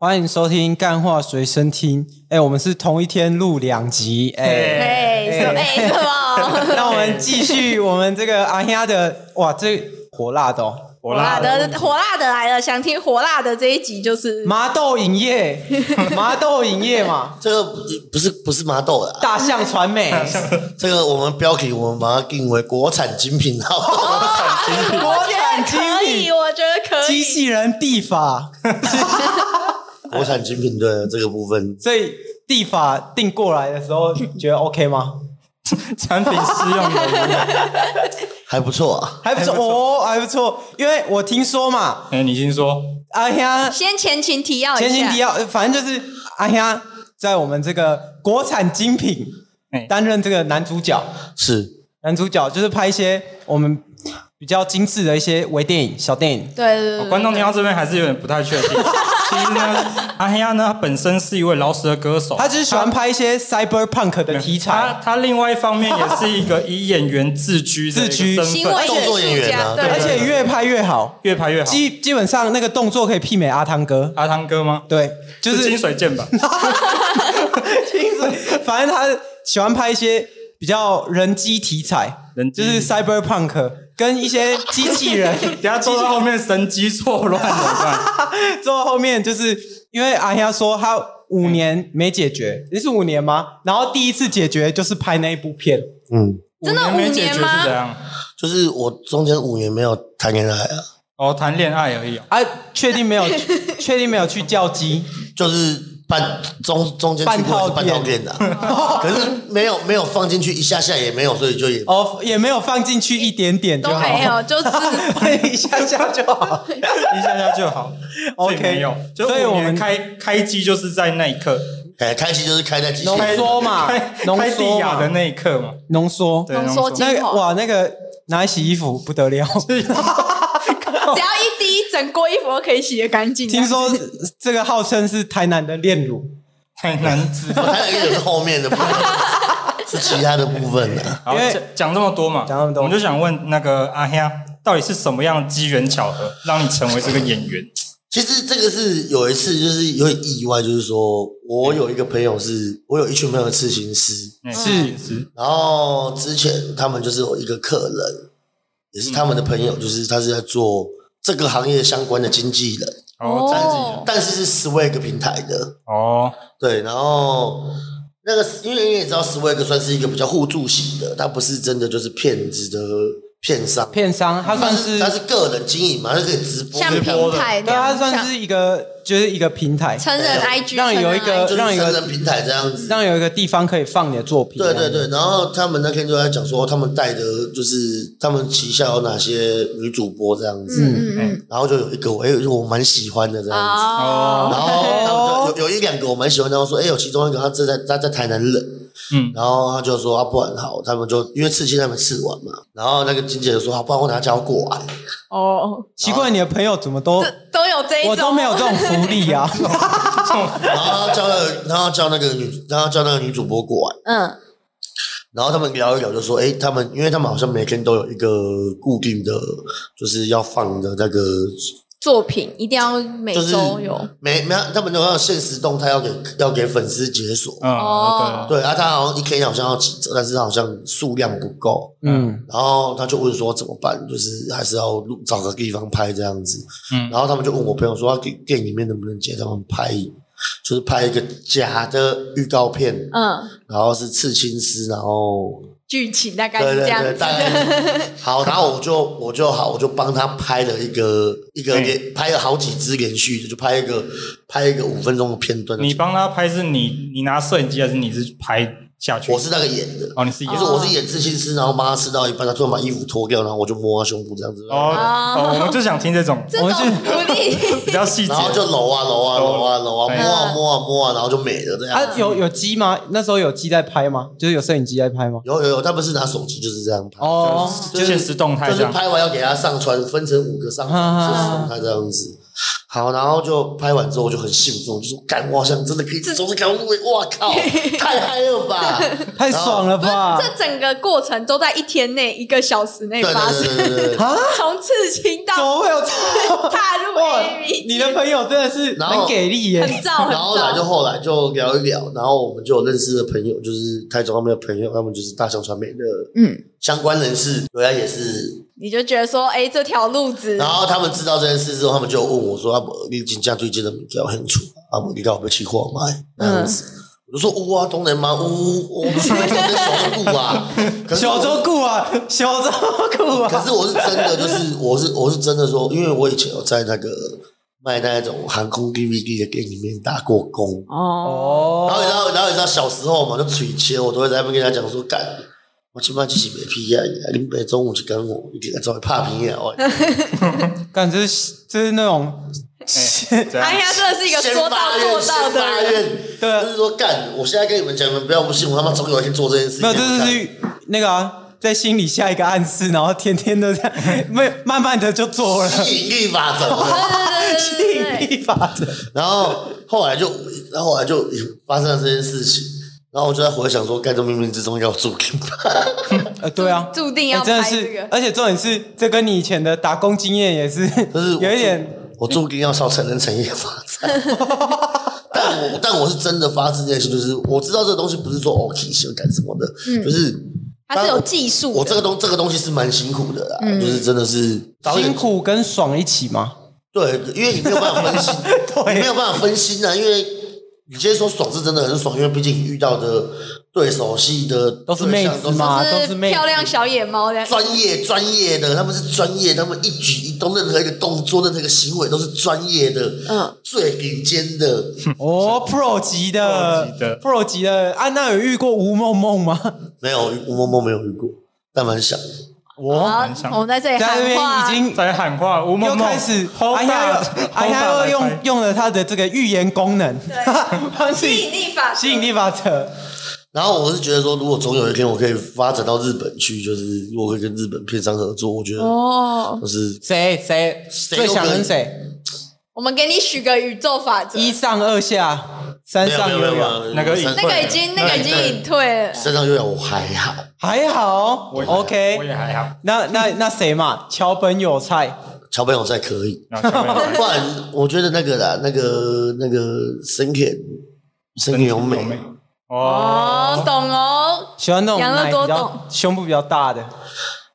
欢迎收听《干话随身听》。哎，我们是同一天录两集，哎，哎，什么？哎，什么？那我们继续我们这个阿丫的，哇，这 火辣的哦，火火辣辣的的，火辣的来了，想听火辣的这一集就是麻豆影 业，麻豆影业嘛，这个不是不是不是麻豆的啊、大象传媒，这个我们标题我们把它定为国产精品号，国产精可以，品，我觉得可机以。器人地法，国产精品的这个部分，所以地法定过来的时候，觉得 OK 吗？ 产品适用的。还不错啊。还不错哦，还不错，因为我听说嘛， 哎，你先说，阿丫先前情提要一下，前情提要，呃反正就是阿香在我们这个国产精品哎担任这个男主角，是男主角就是拍一些我们比较精致的一些微电影、小电影。对对对对，哦观众听对到这边还是有点不太确定。其实呢，阿黑亚啊呢，他本身是一位饶舌歌手，他只是喜欢拍一些 cyberpunk 的题他材，他另外一方面也是一个以演员自居的一 个自居身新份，闻动作演术员家，啊对，而且越拍越好。越拍越好。基基本上那个动作可以媲美阿汤哥，阿汤哥吗？对，就是是 清水健吧？反正他喜欢拍一些比较人机题材，人机就是 cyberpunk 跟一些机器人。等下坐到后面神机错乱怎么 办？之后后面就是因为阿丫说他五年没解决，你是五年吗？然后第一次解决就是拍那一部片，嗯，真的五五没解决年是吗怎样？就是我中间五年没有谈恋爱啊，哦，谈恋爱而已哦。啊，确定没 有，确定没有去叫鸡，就是半中中间去过是半半套套店恋的啊，可是没有没有放进去一下下也没有，所以就也哦，也没有放进去一点点就都好，没有，就只一下下就好。一下下就好。 OK 所以没有，就所以我我们们开开机就是在那一刻，哎开机就是开在极浓 限，缩嘛开，浓开地缩亚的嘛，那一刻嘛，浓缩。对，浓缩那种精那个华哇，那个拿来洗衣服不得了。只要一滴，整锅衣服都可以洗得干净。啊听说这个号称是台南的炼乳，太难吃。我谈恋爱是后面的部分，是其他的部分啊。好，因为讲讲这么多嘛，讲这么多我们就想问那个阿黑啊，到底是什么样的机缘巧合让你成为这个演员？其实这个是有一次就是有点意外，就是说我有一个朋友是，我有一群朋友是刺青师，嗯哎是是，然后之前他们就是有一个客人，也是他们的朋友，就是他是在做这个行业相关的经纪人，哦但是、哦但是是 Swag 平台的，哦，对，然后那个因为你也知道 Swag 算是一个比较互助型的，它不是真的就是骗子的骗商，片商，它算它是，是它是个人经营嘛，它是可以直播像可以平台那对，它样，算像是一个，就是一个平台，成人 IG，让你有一个成人 IG 就是让一个成人平台这样子，让有一个地方可以放你的作品。对对对，然后他们那天就在讲说，他们带的就是他们旗下有哪些女主播这样子，嗯嗯然后就有一个我哎、我蛮喜欢的这嗯，样子，哦，然后他们就有有一两个我蛮喜欢的，然后说哎、有其中一个他正在他在台南冷，嗯，然后他就说啊不然好，他们就因为刺青他们刺完嘛，然后那个经纪人说啊不然我拿家伙过来，哦，奇怪，你的朋友怎么都这都有这一种，我都没有这种福利 啊？然后他叫那个 然后叫那个女然后叫那个女主播过来，嗯，然后他们聊一聊就说哎、他们因为他们好像每天都有一个固定的就是要放的那个作品一定要每就是周有，没没有他们都要限时动态要给要给粉丝解锁。嗯，哦对，对啊，他好像一天好像要几折，但是他好像数量不够，嗯，然后他就问说怎么办，就是还是要录找个地方拍这样子。嗯然后他们就问我朋友说，啊他给店里面能不能借他们拍，就是拍一个假的预告片，嗯，然后是刺青师，然后剧情大概对是对这样对，子大，概好，然后我就我就好，我就帮他拍了一个一个嗯连拍了好几支连续的，就拍一个拍一个五分钟的片段。你帮他拍是你你拿摄影机还是你是拍下去？我是那个演的。哦，你是演就是我是演刺青师，然后帮他吃到一半，他突然把衣服脱掉，然后我就摸他胸部这样子，哦哦，我们就想听这种这种福利比较细节然，后就揉啊揉啊揉啊揉啊，对摸啊摸啊摸啊，然后就没了这样。啊，有有机吗？那时候有机在拍吗？就是有摄影机在拍吗？有有有，他们是拿手机就是这样拍，哦，就是现实动态就这是样。拍完要给他上传，分成五个上传，啊就是他这样子。好，然后就拍完之后我就很兴奋，我就说干，我好像真的可以走这条路欸，哇 靠，太嗨了吧！太爽了 吧？这整个过程都在一天内、一个小时内对发对生，对 对对对。啊？从刺青怎到么会有这？踏入哇 AV，，你的朋友真的是然后很给力耶！很燥很然后来就燥，后来就聊一聊，然后我们就有认识的朋友，就是台中他们的朋友，他们就是大象传媒的嗯，相关人士，原来也是。你就觉得说，哎，这条路子然后他们知道这件事之后，他们就问我说：“阿伯，你金价最近的比较很楚，阿伯你到我们期货买那样子。我就说：“哇，东南吗？呜，我不是在小中固啊，可是 小周顾啊，小周顾可啊，是我是真的，就是我是我是真的说，因为我以前有在那个卖那种航空 DVD 的店里面打过工，哦，然后你知哦，道，然后你知道小时候嘛，就嘴切，我都会在那边跟他讲说，干，我起码就是没屁呀，你每中午就跟我一点早怕屁呀，啊哦我感觉是就是那种哎这样哎呀，真的是一个先说到发愿做到先发的人，愿，对啊就是说干，我现在跟你们讲，你们不要不信，我他妈总有一天做这件事情。没有，这就干是那个啊，在心里下一个暗示，然后天天都这样， 没慢慢的就做了。吸引力法 则。吸引力法则，然后后来就，然后后来就发生了这件事情，然后我就在回想说，干，这冥冥之中要注定吧。 呃，对啊，注定要哎真的拍这是个，而且重点是，这跟你以前的打工经验也是就是 我有一点，注，我注定要朝成人产业发 展。但我但我是真的发自内心，就是我知道这个东西不是说哦，体修干什么的，就是它是有技术的，我这个东这个东西是蛮辛苦的啦，就是真的是导辛演苦跟爽一起嘛。对，因为你没有办法分心， 对你没有办法分心啊，因为你今天说爽是真的很爽，因为毕竟你遇到的对手戏的都是妹子对象都是嘛啊都就是是妹子漂亮小野猫的，专业专业的，他们是专业，他们一举一动，任何一个动作，任何一个行为都是专业的，嗯，最顶尖的。哦，Pro 级的 Pro 级的，Pro 级的，安娜有遇过吴梦梦吗？没有，吴梦梦没有遇过，但蛮想的。我好蛮像，我们在这里在那哎喊话，边已经在喊话，吴又梦梦开始， ，hold 哎呀 on，又，哎呀又 hold on，来用拍用了他的这个预言功能， 帮自吸己引力法则，吸引力法则，然后我是觉得说，如果总有一天我可以发展到日本去，就是我会跟日本片商合作，我觉得哦，就是谁谁谁最都想可以跟谁？我们给你许个宇宙法则，一上二下，三没有上没有没有有没氧，有那个山那个已经那个已经隐退了，山上有氧我还好，还好我也还好我，OK。也还好，那那那谁嘛，桥本有菜，桥本有菜可以，然后前面有拍不然我觉得那个啦，那个那个森田森田由美，哦，懂哦，喜欢那种养乐奶多比较懂胸部比较大的，啊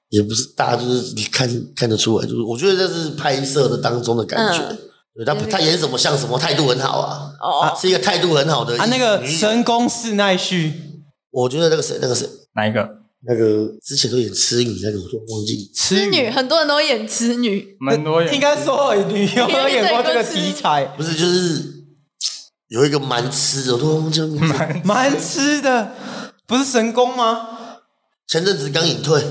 也不是大，就是你看看得出来，就是我觉得这是拍摄的当中的感觉。嗯对他就是他演什么像什么，态度很好啊，哦是一个态度很好的啊，那个女演神宫寺奈绪我觉得那个谁，那个谁，哪一个？那个之前都演痴女那个，我都忘记。痴痴女，很多人都演痴 女，蛮多人应该说你 有没有演过这个题材？不是，就是有一个蛮痴的，我都忘记名字。蛮吃的，不是神功吗？前阵子刚隐退，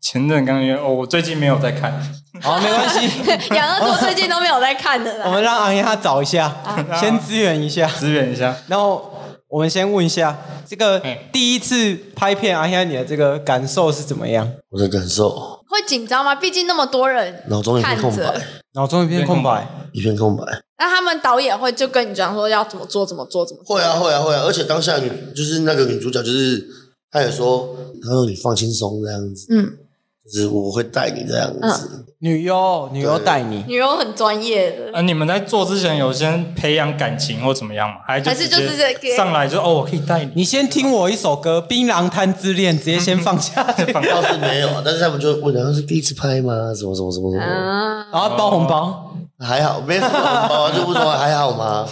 前阵刚约哦，我最近没有在看，好，没关系，养乐多最近都没有在看的我 啦，们让昂丫找一下，先支援一下。支援一下。然后我们先问一下，这个嗯第一次拍片，昂丫你的这个感受是怎么样？我的感受，会紧张吗？毕竟那么多人脑中一片看空着，白，脑中一片空白，一片空白。那他们导演会就跟你讲说要怎么做，怎么做，怎么做，会啊，会啊，会啊！而且当下女就是那个女主角，就是她也说，她说你放轻松这样子，嗯，就是我会带你这样子。女优女优带你，女优很专业的，啊，你们在做之前有先培养感情或怎么样吗？还还是直接就是这个上来就哦，我可以带你。你先听我一首歌《槟榔摊之恋》，直接先放下去， 放 倒是没有啊，但是他们就问，然后是第一次拍吗？什么什么什么什么？啊，然后包红包。哦还好，没什么红包啊，就不说还好吗？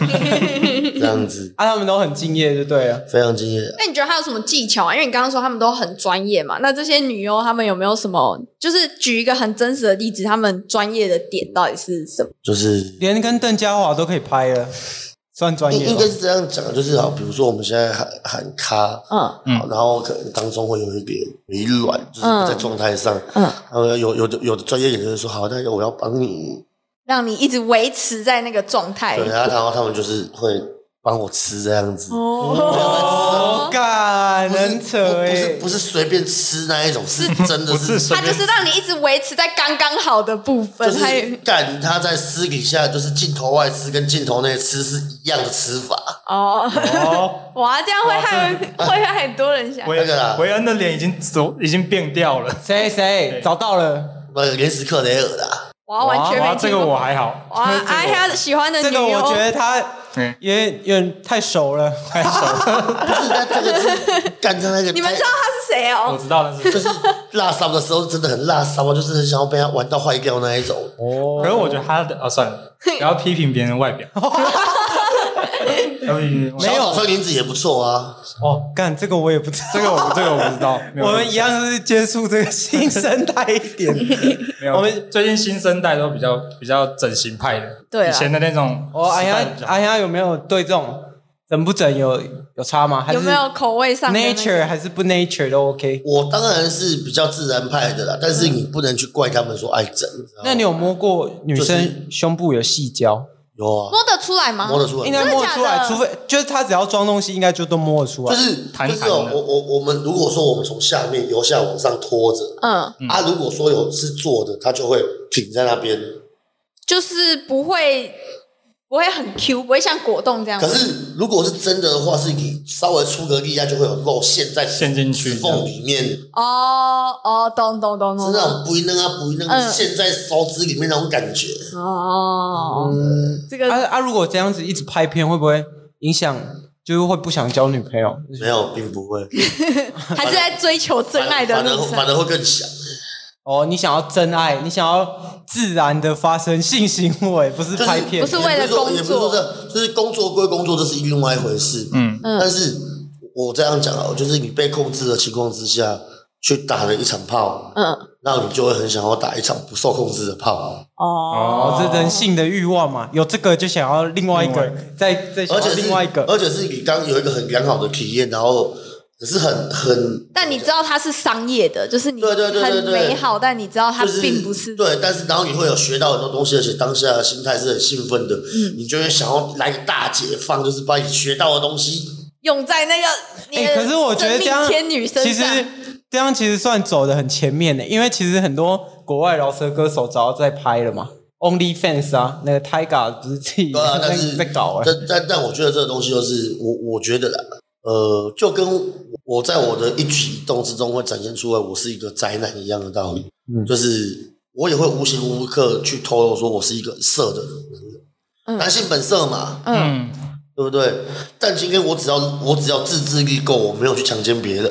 这样子啊，他们都很敬业就对了。非常敬业。那你觉得他有什么技巧啊？因为你刚刚说他们都很专业嘛，那这些女优他们有没有什么？就是举一个很真实的例子，他们专业的点到底是什么？就是连跟邓家华都可以拍了，算专应业哦应吧该。是这样讲，就是好，比如说我们现在喊喊咖，嗯嗯好然后可能当中会有一点微软，就是不在状态上，嗯，呃，有有的有的专业演员说好，那我要帮你，让你一直维持在那个状态啊对，。然后然后他们就是会帮我吃这样子，哦，干，不是很扯不哎、不是不是随便吃那一种，是真的不是是。随他就便是让你一直维持在刚刚好的部就分，还是干他在私底下就是镜头外吃跟镜头内吃是一样的吃法，哦，哦， 哇，这样会害会害很多人想韦那个啦韦恩的脸已经走，已经变掉了。谁谁找到了？那个连时克雷尔啊啦，哇，哦完全哇，没这听个过。我还好，哇，阿他喜欢的这女优，个我觉得他嗯，有点有点太熟了， 太熟了，不是他这个 是干他那个，你们知道他是谁我哦？知道那是。就是辣烧的时候真的很辣烧啊，就是很想要被他玩到坏掉那一种。可是我觉得他的哦，算 了，不要批评别人外表。不要批评别人外表没有小岛川林子也不错啊，哦，干这个我也不知道，这个我这个我不知道。没有我们一样是接触这个新生态一 点。没有，我我们们最近新生代都比较比较整形派的，对啊以前的那种哦，哎时代呀比较，哎呀，有没有对这种整不整有有差吗？还是有没有口味上的那个 nature 还是不 nature 都 OK？我当然是比较自然派的啦，但是你不能去怪他们说爱整。知道吗那你有摸过女生胸部有细胶？有啊，摸得出来吗？摸得出来，应该真的摸得出假来，的除非就是她只要装东西，应该就都摸得出就来。是弹就是弹哦的我我我们如果说我们从下面由下往上拖着，嗯，啊，如果说有是坐的，它就会挺在那边。嗯就是不会不会很 Q，不会像果冻这样可。是如果是真的的话，是你稍微出个力，它就会有肉陷在陷进去指缝里面，是哦哦，懂懂懂懂那懂。种不一弄啊不一弄，嗯陷在手指里面那种感觉。哦，这个啊啊！如果这样子一直拍片，会不会影响？就是会不想交女朋友？嗯没有，并不会，还是在追求真爱的反而路上。反而会更想。哦，你想要真爱，你想要自然的发生性行为，不是就是拍片。不是为了工作也不是说这，就是工作归工作，这是另外一回事。嗯嗯但是我这样讲啊，就是你被控制的情况之下去打了一场炮，嗯，那你就会很想要打一场不受控制的炮，哦，哦，这人性的欲望嘛，有这个就想要另外一个另外，再再想而要且是另外一个。而且是你刚有一个很良好的体验，然后可是很很，但你知道它是商业的，就是你对对对对很对美好，但你知道它就是并不是。对，但是然后你会有学到很多东西，而且当下的心态是很兴奋的，嗯你就会想要来个大解放，就是把你学到的东西。用在那个你哎、的可是我觉得这样，真命天女身上，其实这样其实算走的很前面欸的，因为其实很多国外饶舌歌手早就在拍了嘛，Only Fans 啊，那个 Tiger 不是自己 对啊，在但是在搞哎、但但但我觉得这个东西就是我我觉得啦，呃，就跟我在我的一举一动之中会展现出来我是一个宅男一样的道理，嗯就是我也会无时无刻去透露说我是一个色的人，嗯男性本色嘛，嗯，嗯，对不对？但今天我只要我只要自制力够，我没有去强奸别人，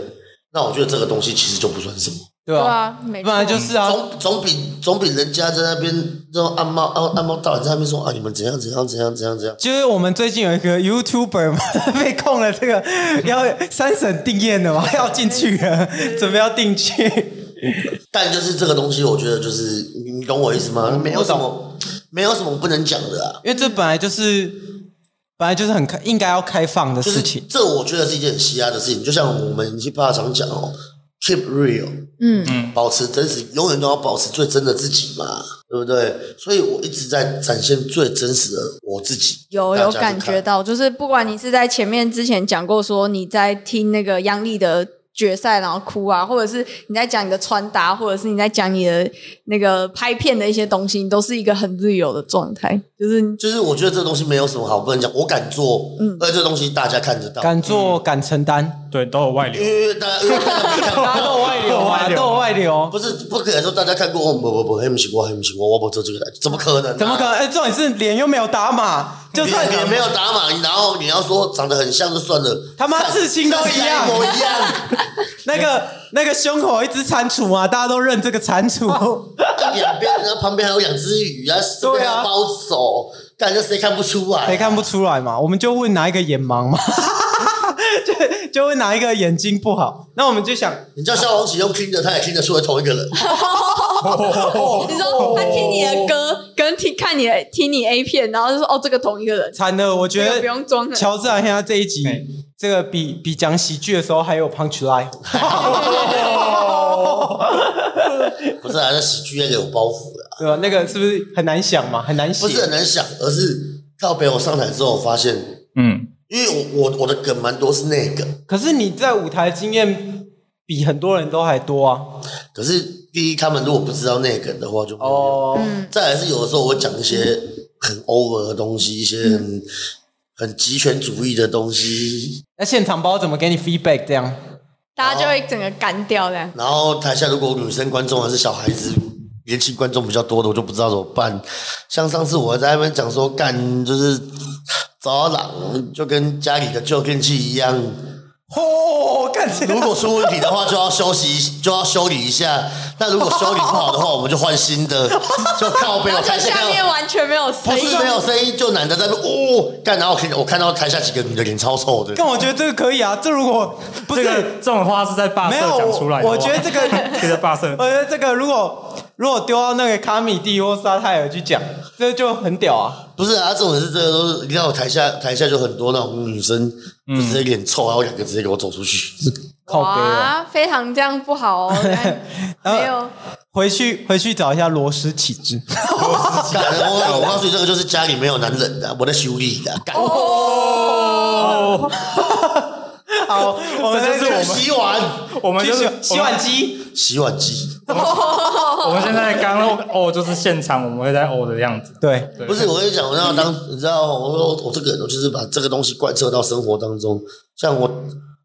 那我觉得这个东西其实就不算什么。对对啊，啊，没本来错，就是啊，总总比总比人家在那边这种按摩按按摩大人在那边说啊你们怎样怎样怎样怎样怎样，就是我们最近有一个 YouTuber 嘛， 被控了这个要三审定验 的嘛，要进去了，准备要定去。但就是这个东西，我觉得就是你你懂我意思吗？没有什么，没有什么不能讲的啊。因为这本来就是本来就是很开应该要开放的就是事情。这，我觉得是一件很稀罕的事情。就像我们 hiphop 常讲哦，keep real，嗯保持真实，永远都要保持最真的自己嘛，对不对？所以我一直在展现最真实的我自己。有大家有去感看觉。到，就是不管你是在前面之前讲过说你在听那个央丽的决赛然后哭啊，或者是你在讲你的穿搭，或者是你在讲你的那个拍片的一些东西，你都是一个很 real 的状 态，就是你就是我觉得这东西没有什么好不能讲，我敢做，嗯而且这东西大家看得到，敢做嗯敢承担，对，都有外流因。为大家因为大家没看大家过，都有外 流啊，都有外流。不是不可能说大家看过，哦不不不，黑不起我，黑不起我，我不做这个，怎么可能啊、怎么可能？哎、重点是脸又没有打码，就算你你没有打码，然后你要说长得很像就算了，他妈看刺青都一样看起来一模一样。 那个那个胸口有一只蟾蜍啊，大家都认这个蟾蜍。啊两边，然后旁边还有两只鱼啊，这边还有包手，感觉谁看不出啊来？谁看不出来嘛？我们就问哪一个眼盲嘛， 就就问哪一个眼睛不好。那我们就想，你叫萧煌奇用听的，他也听得出来同一个人。你说他听你的歌跟听看你的听你 A 片，然后就说哦这个同一个人，惨了，我觉这个得不用装了乔治现在这一集哎，这个比比讲喜剧的时候还有 punch line。不是啊，那喜剧也有包袱的啊，对吧？那个是不是很难想嘛？很难写。不是很难想，而是靠北我上台之后我发现， 嗯，因因为我我我的梗蛮多是内梗，可是你在舞台经验比很多人都还多啊。可是第一他们如果不知道内梗的话就没有用哦，嗯再来是有的时候我讲一些很 over 的东西，一些很、嗯很极权主义的东西，那现场包怎么给你 feedback 这样？大家就会整个干掉这样。然后台下如果女生观众还是小孩子。年轻观众比较多的，我就不知道怎么办。像上次我在那边讲说，干就是早朗就跟家里的旧电器一 样，哦，干这如果出问题的话，就要休息，就要修理一下。那如果修理不好的话，我们就换新的，就靠背。然我后台就下下看到面完全没有声不音是，没有声音，就男的在那边哦干，然后我看我看到台下几个女的脸超臭的，但我觉得这个可以啊，这如果不这是、个这种话是在霸社没有，讲出来的话。我我觉得这 个这个霸社我觉得这个如果如果丢到那个卡米蒂或沙泰尔去讲，这就很屌啊！不是啊，这种人是这个都是，你看我台下台下就很多那种女生，就直接脸臭，然后两个直接给我走出去，靠背啊！哇，非常这样不好 哦。然后没有，回去回去找一下罗斯启 智，干我我告诉你，这个就是家里没有男人的，我在修理的，干好，我们这就是 那个洗碗我们去就是 洗洗碗，机，洗碗机，我们我们现在刚哦，就是现场我们会在哦的样子。对，对不是，我跟你讲，我那当你知道，我说我这个人，我就是把这个东西贯彻到生活当中。像我，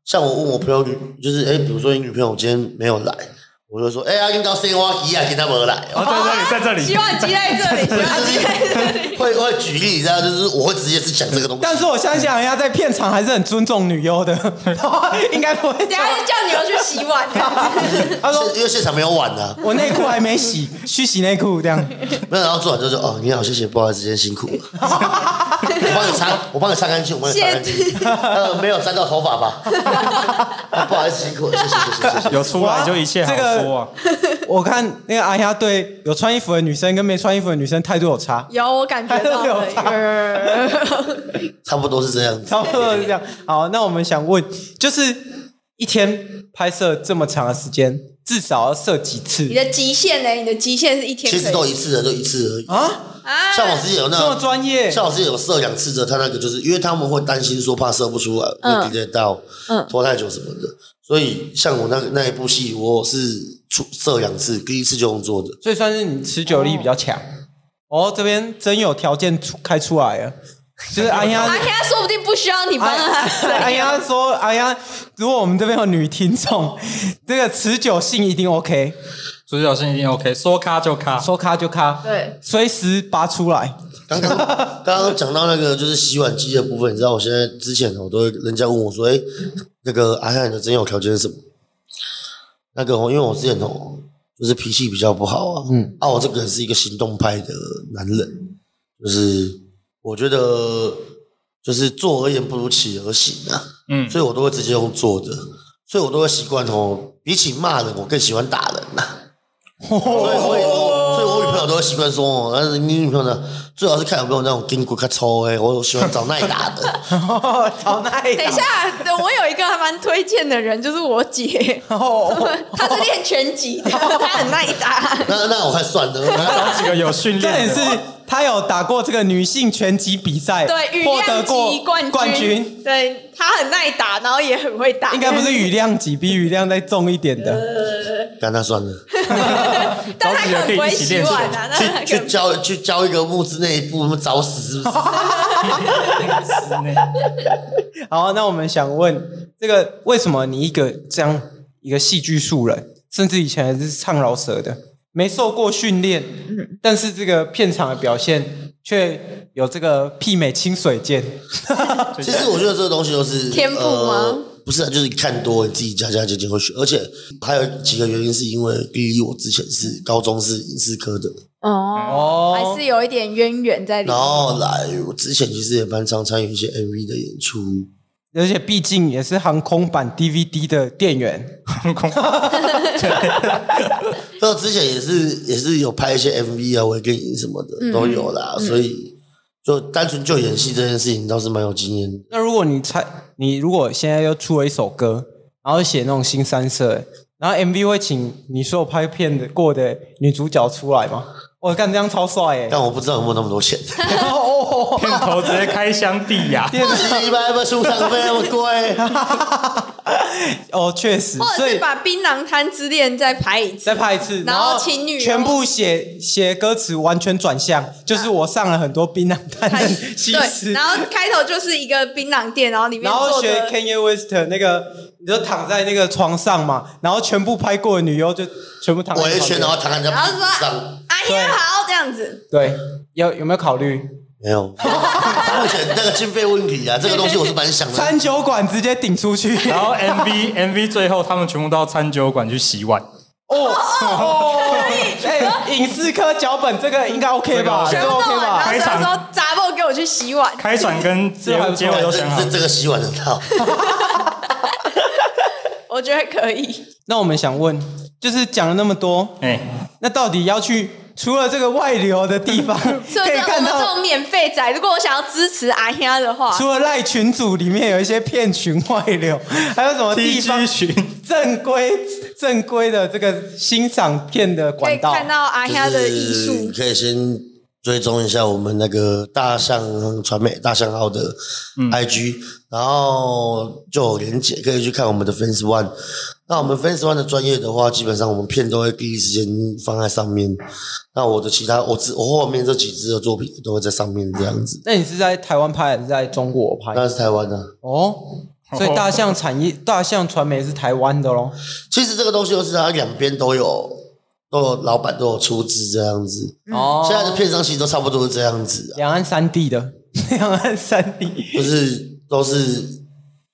像我问我朋友女，就是哎、比如说你女朋友今天没有来，我就说，哎、阿你到生活机啊，今天没来哦哦，在 这里，在这里，洗碗机在这里， 洗碗机在这里。会会举例，你知道，就是我会直接是讲这个东西。但是我相信人家在片场还是很尊重女 优的，应该不会等一下就叫你们去洗碗。 他说 现因为现场没有碗啊，我内裤还没洗，去洗内裤这样。没有，然后做完之后就哦，你好，谢谢，不好意思，今天辛苦了。我帮你擦，我帮你擦干净，我帮你擦 干净。呃，没有沾到头发吧？啊不好意思，辛苦了，谢谢，谢谢，谢 谢。有出来就一切好说啊。我看那个阿丫对有穿衣服的女生跟没穿衣服的女生态度有差，有，我感觉到了。差不多是这样子。差不多是这样。好，那我们想问，就是一天拍摄这么长的时间，至少要摄几次你的极限呢？你的极限是一天其可实都以一次的，都一次而已。啊？啊像我之前有那这么专业？像我之前有射两次的，他那个就是因为他们会担心说怕射不出来嗯会 delay 到，嗯拖太久什么的，所以像我那那一部戏，我是出射两次，第一次就用做的，所以算是你持久力比较强。哦，这边真有条件出开出来了，就是阿丫阿。天说不定不需要你帮他阿阿丫说：“阿丫，如果我们这边有女听众， 这个持久性一定 OK，主角性一定 OK，说咔 就咔。说咔就咔，对，随时拔出来。 刚刚刚刚讲到那个就是洗碗机的部分，你知道我现在之前我都会人家问我说，哎、那个阿汉的真有条件是什么？那个哦因为我之前哦就是脾气比较不好啊，嗯嗯，啊我这个人是一个行动派的男人，就是我觉得就是坐而言不如起而行啊，嗯，所以我都会直接用做的，所以我都会习惯哦，比起骂人，我更喜欢打人啊呐、所以我也，哦所以我女朋友都会习惯说哦，但是你女朋友呢，最好是看有没有那种筋骨较粗的，我喜欢找耐打的。 好那等一，下，我有一个还蛮推荐的人，就是 我姐，哦，她是练拳 击的，她很耐打。那那我还算了，找几个有训重练点的。是他有打过这个女性拳击比赛，对，羽获得量级过冠冠军，军，对她很耐打，然后也很会打。应该不是羽量级，比羽量再重一点呃的。干那算了，但他可能不会洗碗啊，那他 可去去能教去教一个木之内部，我们找死 是不是？ 好，那我们想问，这个为什么你一个这样一个戏剧素人，甚至以前还是唱饶舌的，没受过训练，嗯但是这个片场的表现却有这个媲美清水 剑，其实我觉得这个东西就是天赋吗呃不是啊，就是你看多，你自己加加减减会学。而且还有几个原因，是因为第一，我之前是高中是影视科的，哦，哦，还是有一点渊源在里然面。后来我之前其实也蛮常参与一些 MV 的演出，而且毕竟也是航空版 DVD 的店员，那之前也是也是有拍一些 MV 啊、微电影什么的都有啦，所以就单纯就演戏这件事情倒是蛮有经验的。那如果你猜，你如果现在又出了一首歌，然后写那种新三色，然后 MV 会请你所有拍片的过的女主角出来吗？我干这样超帅耶！但我不知道有没有那么多钱，哦片头直接开箱地呀、一百不出场费那么贵，哦，确实，或所者是以把《槟榔摊之恋》再拍一次再，拍一次，然后后请女全部写写歌词，完全转向，就是我上了很多槟榔摊的西啊 对，施，然后开头就是一个槟榔店，然后里面然后坐学着 Kanye West 那个，你就躺在那个床上嘛，然后全部拍过的女优就全部躺在我一床圈边然后躺在人家然后说上，阿对天好这样子，对，有有没有考虑没有， 目前这个经费问题啊，这个东西我是蛮想 的。餐酒馆直接顶出去？然后 MV MV 最后他们全部到餐酒馆去洗碗，哦哦，哎，影视科脚本这个应该 OK 吧？这这全个部弄 OK 完，然后吧？开他场说杂货给我去洗碗，开 场跟结这还不错结尾都想好这。这个洗碗很好，我觉得可以。那我们想问，就是讲了那么多，哎，那到底要去除了这个外流的地 方，所以可以这种我看们这到种免费仔，如果我想要支持阿天的话，除了赖群组里面有一些骗群外流，还有什么地 T 方 G 群正规正规的这个欣赏片的可以管道？看到阿天的艺就是术。可以先追踪一下我们那个大象传媒大象号的嗯 IG，、然后就有连接可以去看我们的 Fans One。那我们 Fans One 的专业的话，基本上我们片都会第一时间放在上面。那我的其他我只我后面这几支的作品都会在上面这样子。那你是在台湾拍还是在中国拍？当然是台湾的、哦，所以大象产业、大象传媒是台湾的喽。其实这个东西就是它两边都有，都有老板都有出资这样子。嗯哦，现在的片商其实都差不多是这样子、啊，两岸三地的， 两岸三地。就是都是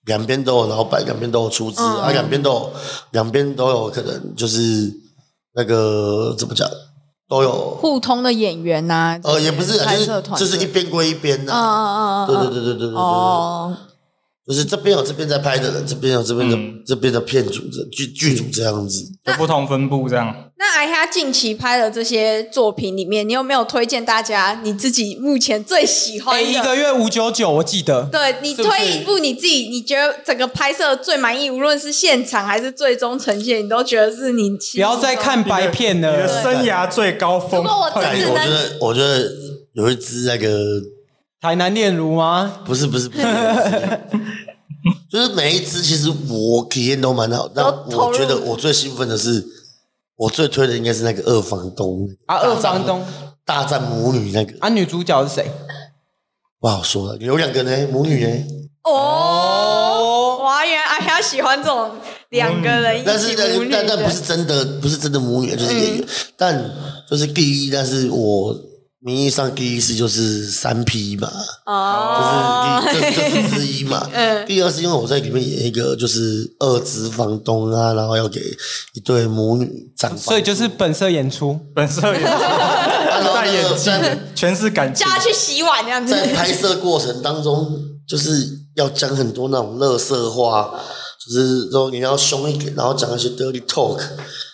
两边都有老板，两边都有出资、嗯啊，两边都有，两边都有可能就是那个怎么讲，都有互通的演员呐、呃也不是啊，拍就是摄团就是一队边归一边嗯呐、嗯嗯嗯，对嗯对对对对对对，哦，就是这边有这边在拍的人，这边有这边的、嗯这边的片组这剧剧组这样子。有不同分布这样，那哎呀，近期拍的这些作品里面，你有没有推荐大家你自己目前最喜欢哎，的？一个月五九九，我记得。对你是不是推一部你自己，你觉得整个拍摄最满意，无论是现场还是最终呈现，你都觉得是你不不要再看白片你的了。生涯最高如峰。果我但只哎我能觉得我觉得有一支那个台南恋如吗？ 不是不是不是，就是每一支其实我体验都蛮好，但都投我入觉得我最兴奋的是，我最推的应该是那个二房东啊，大二战房东大战母女那个啊，女主角是谁？不好说了，有两个呢，母女呢，哦，哦，哇，原来哎呀喜欢这种两个人一嗯但是起那母个女但的，但不是真的，不是真的母女，就是演员，但就是第一，但是我名义上第一是就是三 P 嘛，哦，就是第这这是之一嘛。第二是因为我在里面演一个就是二职房东啊，然后要给一对母女长房，哦所以就是本色演出。本色演然后戴那眼个 在镜，全是感情叫。他去洗碗这样子，在拍摄过程当中，就是要讲很多那种乐色话，就是说你要凶一点，然后讲一些 dirty talk，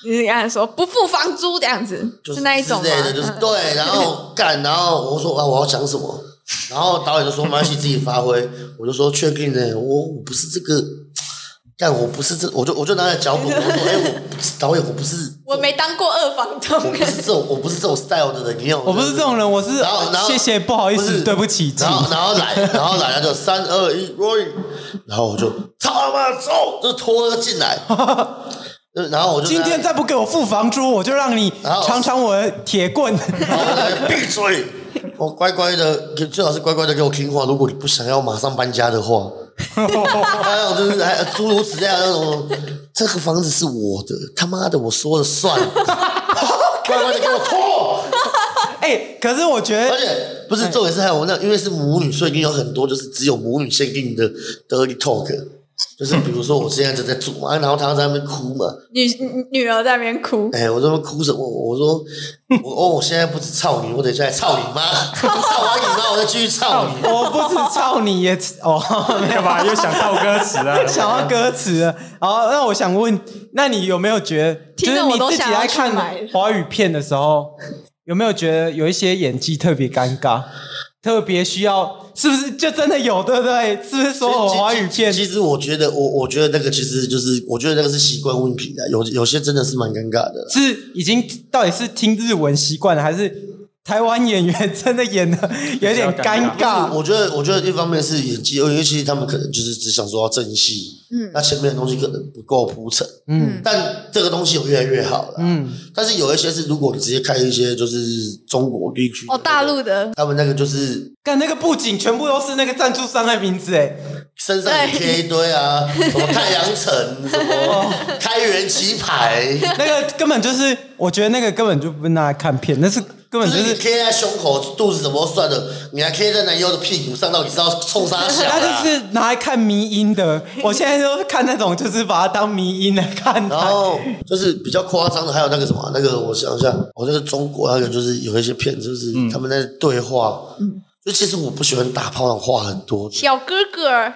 你跟他说不付房租这样子，就是那一种之类的，吗？就是对，然 后干，然后我说啊，我要讲什么？然后导演就说没关系，自己发挥。我就说确定呢，我我不是这个，干我不是这，我就我就拿着脚本，我说哎、我不是导演，我不是我没当过二房我东不，是这种，我不是这种 style 的人，你有我不是这种人，我是然后然后谢谢，不好意不思，是对不起，然后然后来，然后来他就三二一 r o y 然后我就操他妈走，就拖着进 来，就然后我就今天再不给我付房租，我就让你然后尝尝我的铁 棍。然后来闭嘴，我乖乖的，最好是乖乖的给我听话。如果你不想要马上搬家的 话，还有就是还诸如此类的那种，这个房子是我的，他妈的我说了算， 乖乖的给我拖。哎，可是我觉而得，且不是重点是还有那，因为是母女，所以一定有很多就是只有母女限定的 dirty talk，就是比如说我现在正在煮嘛，然后她在那边哭嘛，女女儿在那边哭，哎、我这边哭什么？我说我哦，我现在不止操你，我等一下还操你妈， 操完你妈我再继续操你。我不止操哦你也哦，干嘛又想到歌词 啊？想 要歌词了。好，那我想问，那你有没有觉得，就听是得你我都自己想要在去看买华语片的时候，有没有觉得有一些演技特别尴尬，特别需要？是不是就真的有，对不对？是不是所有其华语片其其实我觉得，我我觉得那个其实就是，我觉得那个是习惯问题的，有有些真的是蛮尴尬的。是已经到底是听日文习惯了，还是台湾演员真的演的有点尴啊尬。我觉得，我觉得一方面是演技，因为其实他们可能就是只想说要正戏，嗯那前面的东西可能不够铺陈，嗯但这个东西有越来越好了。嗯，但是有一些是，如果你直接看一些就是中国地区的哦，大陆的他们那个就是干那个布景全部都是那个赞助商的名字哎，身上也贴一堆啊，什么太阳城，什么开元棋牌，那个根本就是，我觉得那个根本就不是拿来看片，那是根就本就是你是，贴在胸口、肚子怎么算的，你还贴在男优的屁股上，到底是要冲啥小 他啊？就是拿来看迷音 的。我现在都看那种，就是把它当迷音来看然它。后就是比较夸张的，还有那个什么，啊那个我想一下，我那个中国那个就是有一些片，就是嗯他们在对话，就其实我不喜欢打炮，话很 多，小哥哥，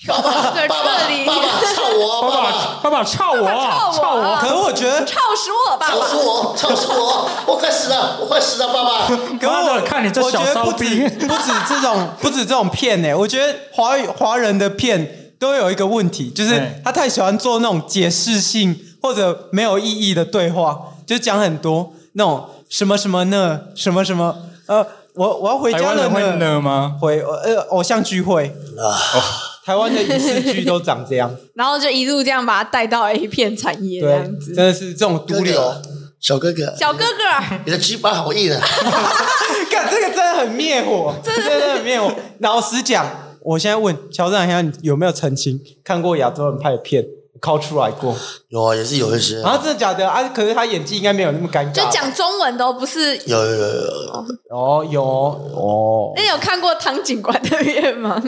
小哥哥爸爸，这里爸爸，操 我，爸爸爸爸，爸爸操我啊，操我啊可我觉得，操死我爸操死爸！我，操死我，我快死了，我快死了，爸爸。可妈我的看你这我觉小得骚不止逼 不止这 种不止这种片哎，我觉得华语华人的片都有一个问题，就是哎他太喜欢做那种解释性或者没有意义的对话，就讲很多那种什么什么呢，什么什么呃，我我要回台家湾了人会呢，呢吗？回呃偶像聚会，啊台湾的影视剧都长这样，然后就一路这样把他带到 A 片产业这对样，子真。的是这种毒瘤。，小哥哥，小哥哥，你的鸡巴好硬 啊！ 看这个真的很灭火，这个真的很灭火。老实讲，我现在问乔治一下，你有没有曾经看过亚洲人拍的片，拷出来过？有啊，也是有一些啊，啊，真的假的啊？可是他演技应该没有那么尴尬。就讲中文都不是。有有有有有，哦，有哦，那你有看过汤警官的片 吗？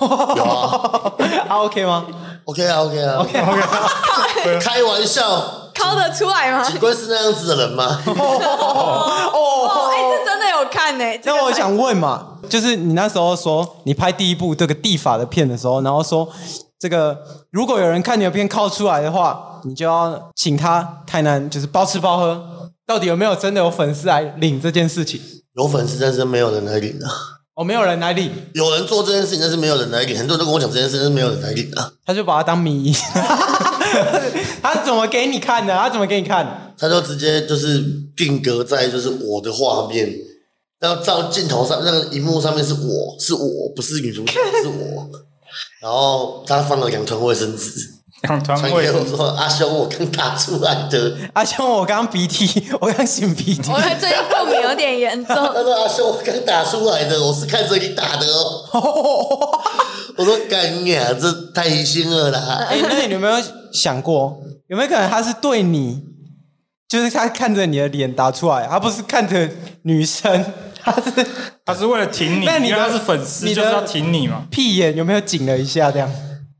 有啊 啊，OK 吗？ ，OK 啊 OK 啊 OK 开玩笑，考得出来吗？警官是那样子的人 吗？哦，哦，哎、这真的有看呢、这个那我还想问嘛，就是你那时候说你拍第一部这个地法的片的时候，然后说这个如果有人看你的片靠出来的话，你就要请他台南就是包吃包喝。到底有没有真的有粉丝来领这件事情？有粉丝，但是没有人来领啊。哦，没有人来领，有人做这件事情，但是没有人来领。很多人都跟我讲这件事，但是没有人来领啊。他就把它当迷因。 他怎么给你看的？他怎么给你看？他就直接就是定格在就是我的画面，然后照镜头上那个荧幕上面是我是我，不是女主角是我。然后他放了两团卫生纸，两团传会 给我说：“阿兄，我刚打出来的。阿兄，啊我刚鼻涕，我刚擤鼻涕我。觉得最近过敏有点严”重， 他说：“阿兄，我刚打出来的，我是看着你打的 哦。”我说：“干呀，这太心了 啦！哎、那你有没有想过，有没有可能他是对你，就是他看着你的脸打出来，他不是看着女生， 他是他是为了挺你，那你因的为他是粉丝，你就的是要挺你嘛。屁眼有没有紧了一下这样？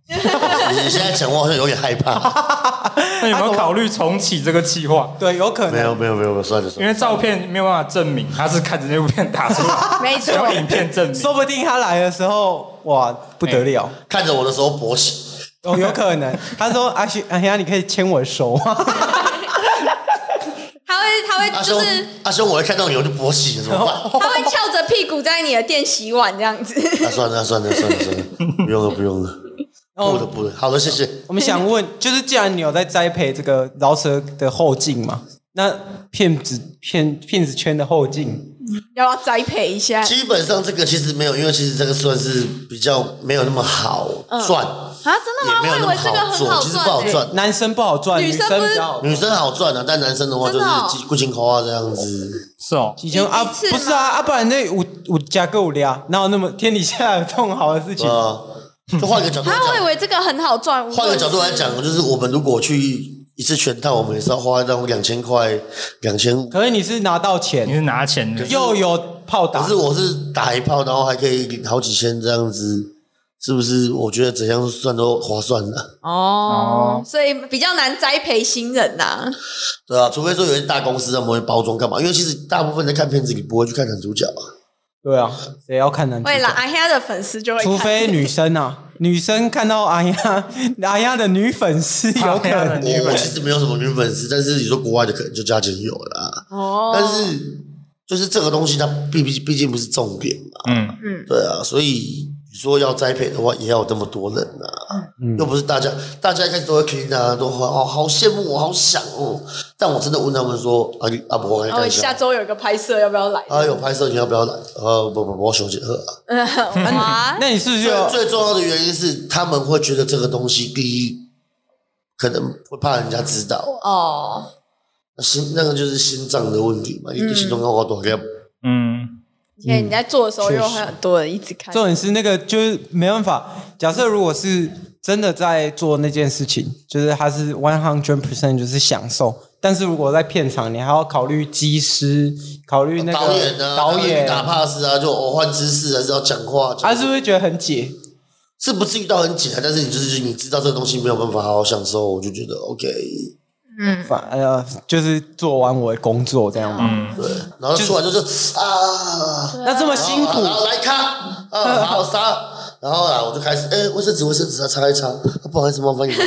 你现在讲，我好像有点害怕。那啊有没有考虑重启这个计划？对，有可没能。有，没有，没有，算了，因算了。为照片没有办法证明他是看着那部片打出 来，没只错，有影片证 明。说不定他来的时候，哇，不得了。看着我的时候勃起。”哦，有可 能。他说：“啊阿兄，阿兄，你可以牵我的手吗？”他会他阿会兄就是，阿兄，我一看到你我就勃起了，怎 么办？他会翘着屁股在你的店洗碗这样子。 那算了，算了，算了，算了，不用了，不用了，哦哦不了，不了，好了，谢谢。我们想问，就是既然你有在栽培这个饶舌的后劲嘛，那骗子骗骗子圈的后劲，要不要栽培一下？基本上这个其实没有，因为其实这个算是比较没有那么好赚，啊，真的吗？也没有我以那为么这个很做，其实不好赚、欸。赚。男生不好赚，女女生不比是较好赚。女生好赚啊，但男生的话就真的哦是顾情口啊这样子。是哦，以前啊，一次吗不是啊，啊，不然那五五加个五俩，哪有那么天底下有这种好的事情？啊，就换个角度来啊，我以讲，为这个很好赚。换个角度来讲，就是我们如果去一次全套，我们也是要花到两千块、两千五。可是你是拿到你钱，是拿钱的，又有炮可打是，我是打一炮，然后还可以领好几千这样子，是不是？我觉得怎样算都划算的、哦哦，所以比较难栽培新人呐、对啊，除非说有一些大公司他们会包装干嘛？因为其实大部分在看片子，你不会去看男主角啊。对啊，谁要看男主角为了阿黑的粉丝就会看，除非女生啊，女生看到阿丫 阿丫的女粉丝，有 可 阿丫的能女粉丝我我其实没有什么女粉丝，但是你说国外的可能就加减有啦。哦，但是就是这个东西它毕毕毕竟不是重点嘛，嗯，对啊，所以你说要栽培的话，也要有这么多人呐、嗯又不是大家，大家一开始都会听啊，都会哦，好羡慕我，好想哦。但我真的问他们说，啊你啊，不，我跟你哦，讲一下下，周有个拍摄，要不要来？啊，有拍摄你要不要来？呃，不不不，我熊姐喝啊。呃 哇，那你是不是就哦最最重要的原因是，他们会觉得这个东西，第一，可能会怕人家知道，哦，心那个就是心脏的问题嘛，你心脏高高多给嗯，现在你在做的时候，确实又很多人一直看，重点是那个就是没办法。假设如果是真的在做那件事情，就是他是 one hundred percent 就是享受，但是如果在片场，你还要考虑技师，考虑那个导演啊，导演，啊打 pass 啊，就我换姿势还是要讲话，他讲是不是觉得很解？是不至于到很解啊，但是你就是你知道这个东西没有办法好好享受，我就觉得 OK，嗯，反呃，就是做完我的工作这样嘛。对，然后出来就是啊，那这么辛苦，然后来咔，嗯啊，好杀。然后啊，我就开始，哎，卫生纸，卫生纸，啊，擦一擦。啊不好意思，麻烦你们。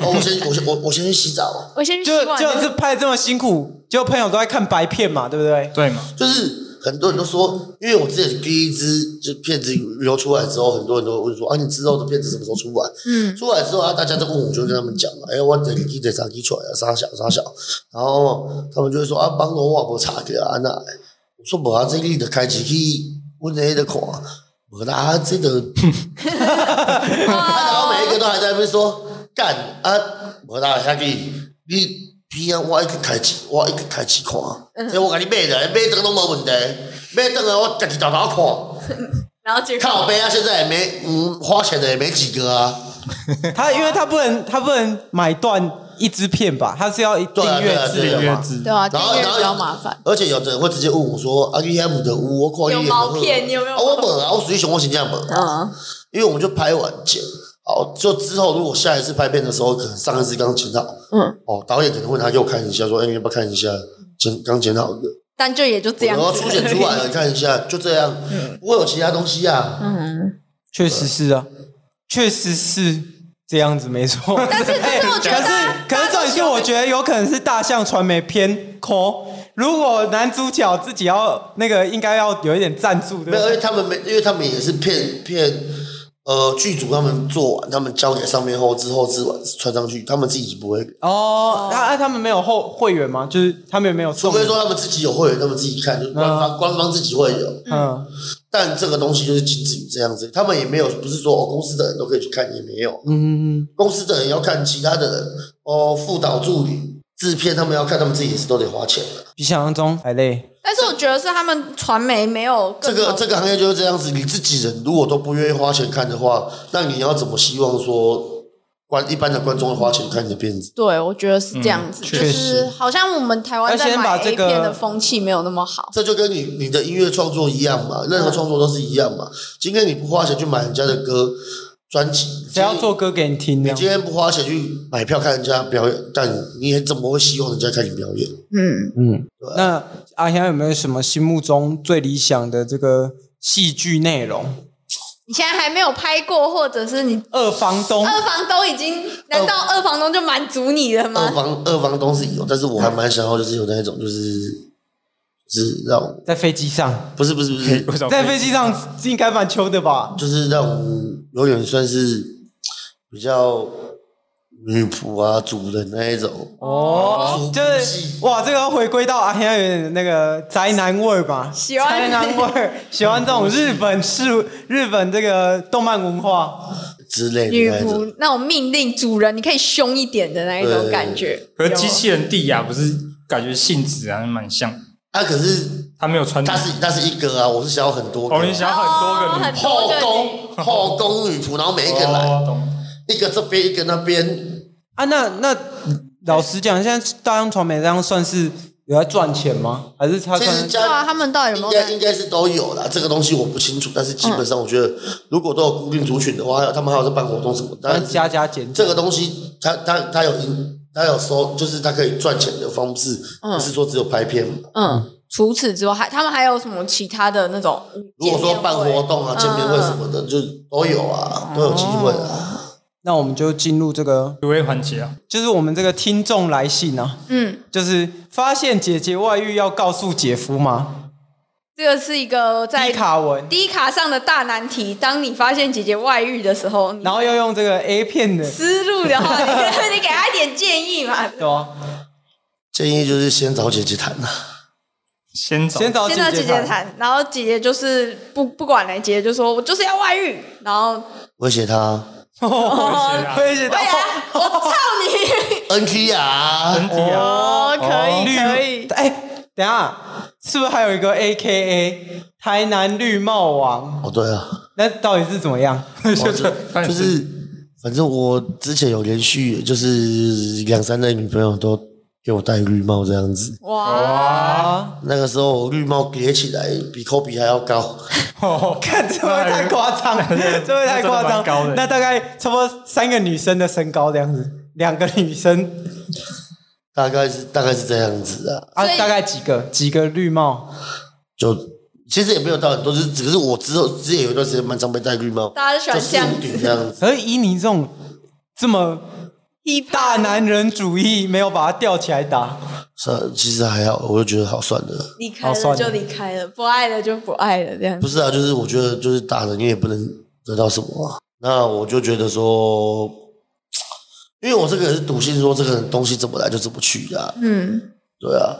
哦，我先，我先，我我先去洗澡。我先去就洗碗了。就是拍这么辛苦，就朋友都在看白片嘛，对不 对？对嘛，就是很多人都说，因为我自己第一支就片子流出来之后，很多人都会说，啊，你之后的片子什么时候出来？嗯，出来之后啊，大家都问我，就跟他们讲嘛，哎、我等你得啥基出来啊，啥小啥小，然后他们就会说啊，帮我外婆查去啊，那我说无啊，这你得开始去问那个看，无啦，啊这个，啊，然后每一个都还在那边说干啊，无啦，下去你。偏啊，我一个开始，我一个开始嗯看，这我给你买的，买灯拢无问题，买灯啊，我自己偷偷看。然后结果靠背啊，现在也没，嗯，花钱的也没几个啊。他因为他不能他不能买断一支片吧，他是要对啊订阅制对啊的对嘛月。字对啊，订然后阅然后比较麻烦。而且有的人会直接问我说：“啊，你 M 的屋，我看你有也毛片你有没有啊，我本啊，我属于熊猫形象本，嗯，因为我们就拍完剪。好，就之后如果下一次拍片的时候，可能上一次刚剪好，嗯，哦，导演可能会拿给我看一下，说：“哎、你要不要看一下剪刚剪好的但就也就？”这样然子。后初剪出来了，看一下，就这样，不会有其他东西啊。嗯，确实是啊，确实是这样子，没错。但是但是我觉得可是可是重点是，我觉得有可能是大象传媒偏抠。如果男主角自己要那个，应该要有一点赞助，对不没有，因对？为他们没，因为他们也是骗骗，呃，剧组他们做完，他们交给上面后之后之完传上去，他们自己不会哦，他啊他们没有后会员吗？就是他们有没有除送？非说他们自己有会员，他们自己看，就是官方、官方自己会有，嗯，但这个东西就是仅止于这样子，他们也没有不是说哦公司的人都可以去看，也没有，嗯，公司的人要看其他的人哦，副导助理、制片他们要看，他们自己也是都得花钱的。比想象中还累。但是我觉得是他们传媒没有这更个好这个行业就是这样子，你自己人如果都不愿意花钱看的话，那你要怎么希望说观一般的观众会花钱看你的片子？对，我觉得是这样子，嗯就确是实好像我们台湾要在先买把 A 这个片的风气没有那么好。这就跟你你的音乐创作一样嘛，任何创作都是一样嘛。今天你不花钱去买人家的歌专辑，谁要做歌给你听你呢？今天不花钱去买票看人家表演，但你也怎么会希望人家看你表演？嗯，嗯，那阿香有没有什么心目中最理想的这个戏剧内容？你现在还没有拍过，或者是你二房东 二房东已经，难道二房东就满足你了二吗？房二房东是有，但是我还蛮想要，就是有那一种，就是就是让我在飞机上，不是不是不是，为什么在飞机上应该蛮秋的吧？就是让我有点算是比较女仆啊、主人那一种。哦，就是哇，这个要回归到阿香有点那个宅男味儿吧？喜欢宅男味儿，喜欢这种日本是日本这个动漫文化。之类的女那一种。仆那种命令主人，你可以凶一点的那一种感觉。可是有机器人地呀，不是感觉性质还蛮像，啊，可是它没有穿。他是他是一个啊，我是想要很多个哦，你想要很多哦个很女多后哦宫后宫女仆，然后每一个来，哦懂一个这边一个那边，啊，那那老实讲，现在大洋传媒这样算是有在赚钱吗？还是他其实算？对啊，家他们到底有没应有该应在？该是都有啦，这个东西我不清楚，但是基本上我觉得，如果都有固定族群的话，还有他们还有在办活动什么，但加加减这减？个东西它它它有盈，它有收，就是它可以赚钱的方式，不是说只有拍片嘛。嗯，除此之外，还他们还有什么其他的那种？如果说办活动啊、见面会什么的，就都有啊，都有机会啊。那我们就进入这个，有位环节啊，就是我们这个听众来信啊，嗯，就是发现姐姐外遇要告诉姐夫吗？这个是一个在低卡文，低卡上的大难题。当你发现姐姐外遇的时候，你然后要用这个 A 片的，思路的话，你 你给她一点建议嘛。对啊吧？建议就是先找姐姐谈呐、先走，先找先到姐姐姐谈，谈，然后姐姐就是不不管了，姐姐就说我就是要外遇，然后威胁她啊威胁 哎呀到，我操你！ NT 很啊，低啊，哦，可以哦可以，哎，等一下是不是还有一个 A K A 台南绿帽王？哦对啊，那到底是怎么样？就是就就是是反正我之前有连续就是两三任女朋友都给我戴绿帽这样子，哇！啊，那个时候绿帽叠起来比抠鼻还要高， 看这会太夸 张，这会太夸真的蛮高张的。那大概差不多三个女生的身高这样子，两个女生大概是大概是这样子啊。啊所以，大概几个几个绿帽？就其实也没有到很多，就是只是我之后之前有一段时间蛮常被戴绿帽，大家喜欢这样子就四五顶这样子。可是以你这种这么一大男人主义，没有把他吊起来打，是啊，其实还好，我就觉得好算了。离开好了哦算就了离开了，不爱了就不爱了，这样不是啊，就是我觉得就是大人你也不能得到什么啊。那我就觉得说，因为我这个人是笃信说这个东西怎么来就怎么去的啊、嗯，对啊，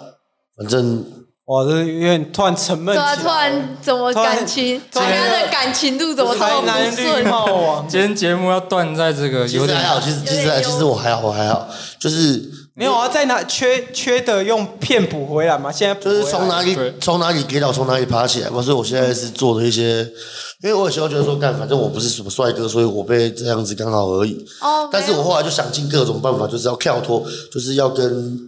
反正哇，这有点突然沉闷对起啊，来。突然怎么突然感情，突大然家的感情路怎么这台么不南绿顺？帽啊王，今天节目要断在这个其有实还点好，其实其有实点还忧其实我还好，我还好，就是没有啊，在哪缺缺的用片补回来嘛？现在补就是回来从哪里对从哪里跌倒，从哪里爬起来嘛。所以我现在是做的一些，因为我有时候觉得说，干，反正我不是什么帅哥，所以我被这样子刚好而已。哦，但是没有我后来就想尽各种办法，就是要跳脱，就是要跟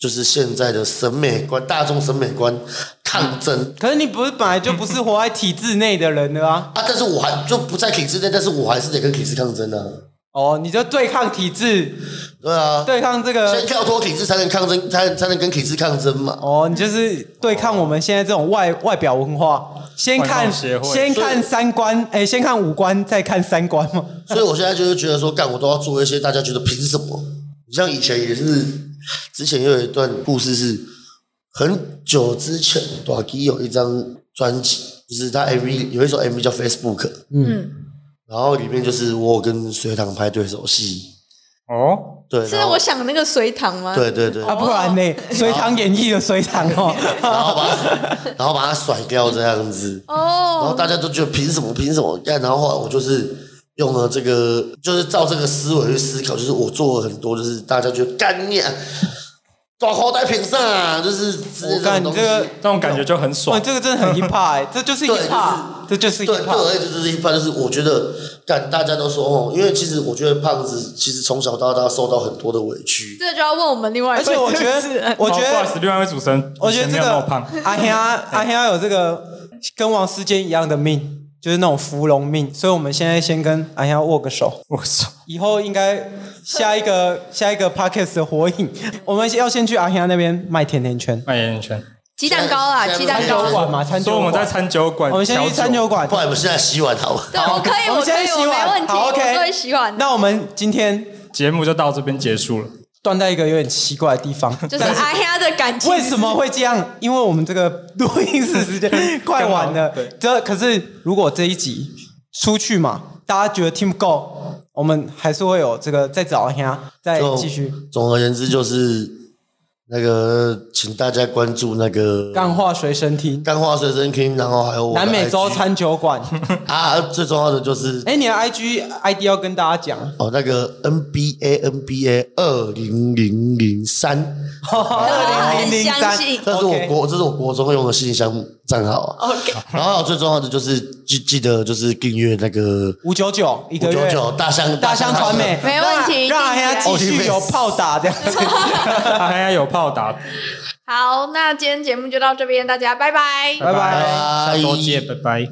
就是现在的审美观、大众审美观抗争可是你不是本来就不是活在体制内的人了啊？啊！但是我还就不在体制内，但是我还是得跟体制抗争啊。哦，你就对抗体制，对啊，对抗这个先跳脱体制才能抗争，才才能跟体制抗争嘛。哦，你就是对抗我们现在这种外外表文化，先外看貌协会先看三观，哎、先看五官，再看三观嘛。所以我现在就是觉得说，干我都要做一些大家觉得凭什么？你像以前也是，之前也有一段故事是很久之前，短期有一张专辑，就是他 MV 有一首 MV 叫 Facebook，嗯，然后里面就是我有跟隋唐拍对手戏，哦，对，是然后我想那个隋唐吗？对对对，啊，不然呢？隋唐演绎的隋唐 哦，然后把他然后把他甩掉这样子，然后哦，大家都觉得凭什么凭什么干？然后后来我就是用了这个，就是照这个思维去思考，就是我做了很多，就是大家觉得干你啊，大口袋凭啥啊？就是之我类这种看东你西。这个，那种感觉就很哇，爽，哦哦这个真的很 hip hop，、哎这就是 hip hop，这就是对，对 hip 我 hop。而言就是一般，就是我觉得，干大家都说哦，因为其实我觉得胖子其实从小到大受到很多的委屈，这就要问我们另外而一位，且我觉是不得是，我觉哦不好得意思，另外一位主持人，我觉得以这前没有个那么胖，阿香 阿香有这个跟王世坚一样的命，就是那种芙蓉命，所以我们现在先跟阿香握个手。我操，以后应该下一个 下一个 podcast 的火影， 我们要先去阿香那边卖甜甜圈，卖烟圈，鸡蛋糕啦，鸡蛋餐糕酒，馆嘛，餐酒所以馆我们在餐酒馆，我们先去餐酒馆不。然我们现在洗碗好吧？对，哦我可以，我我们可先以，去我洗没碗，问题，好我都会，OK。洗碗，那我们今天节目就到这边结束了。 断在一个有点奇怪的地方，就是啊但阿呀的感情，为什么会这样？因为我们这个录音室时间 快完了对。这可是如果这一集出去嘛，大家觉得听不够，我们还是会有这个再找一下，再就哎继续。总而言之，就是那个，请大家关注那个干话随身听，干话随身听，然后还有我的南美洲 IG 餐酒馆。啊，最重要的就是哎、你的 IG ID 要跟大家讲，哦，那个 NBA NBA 二零零零三，二零零很相三，信这是我 OK 国这是我国中用的信箱账号啊。 ？OK，然后还有最重要的就是记记得就是订阅那个五九九一个五九月，九大象大象传媒，没问题让让人家继续有炮打 这样子。阿香有炮打，好，那今天节目就到这边，大家拜拜。拜拜拜下周见，拜拜。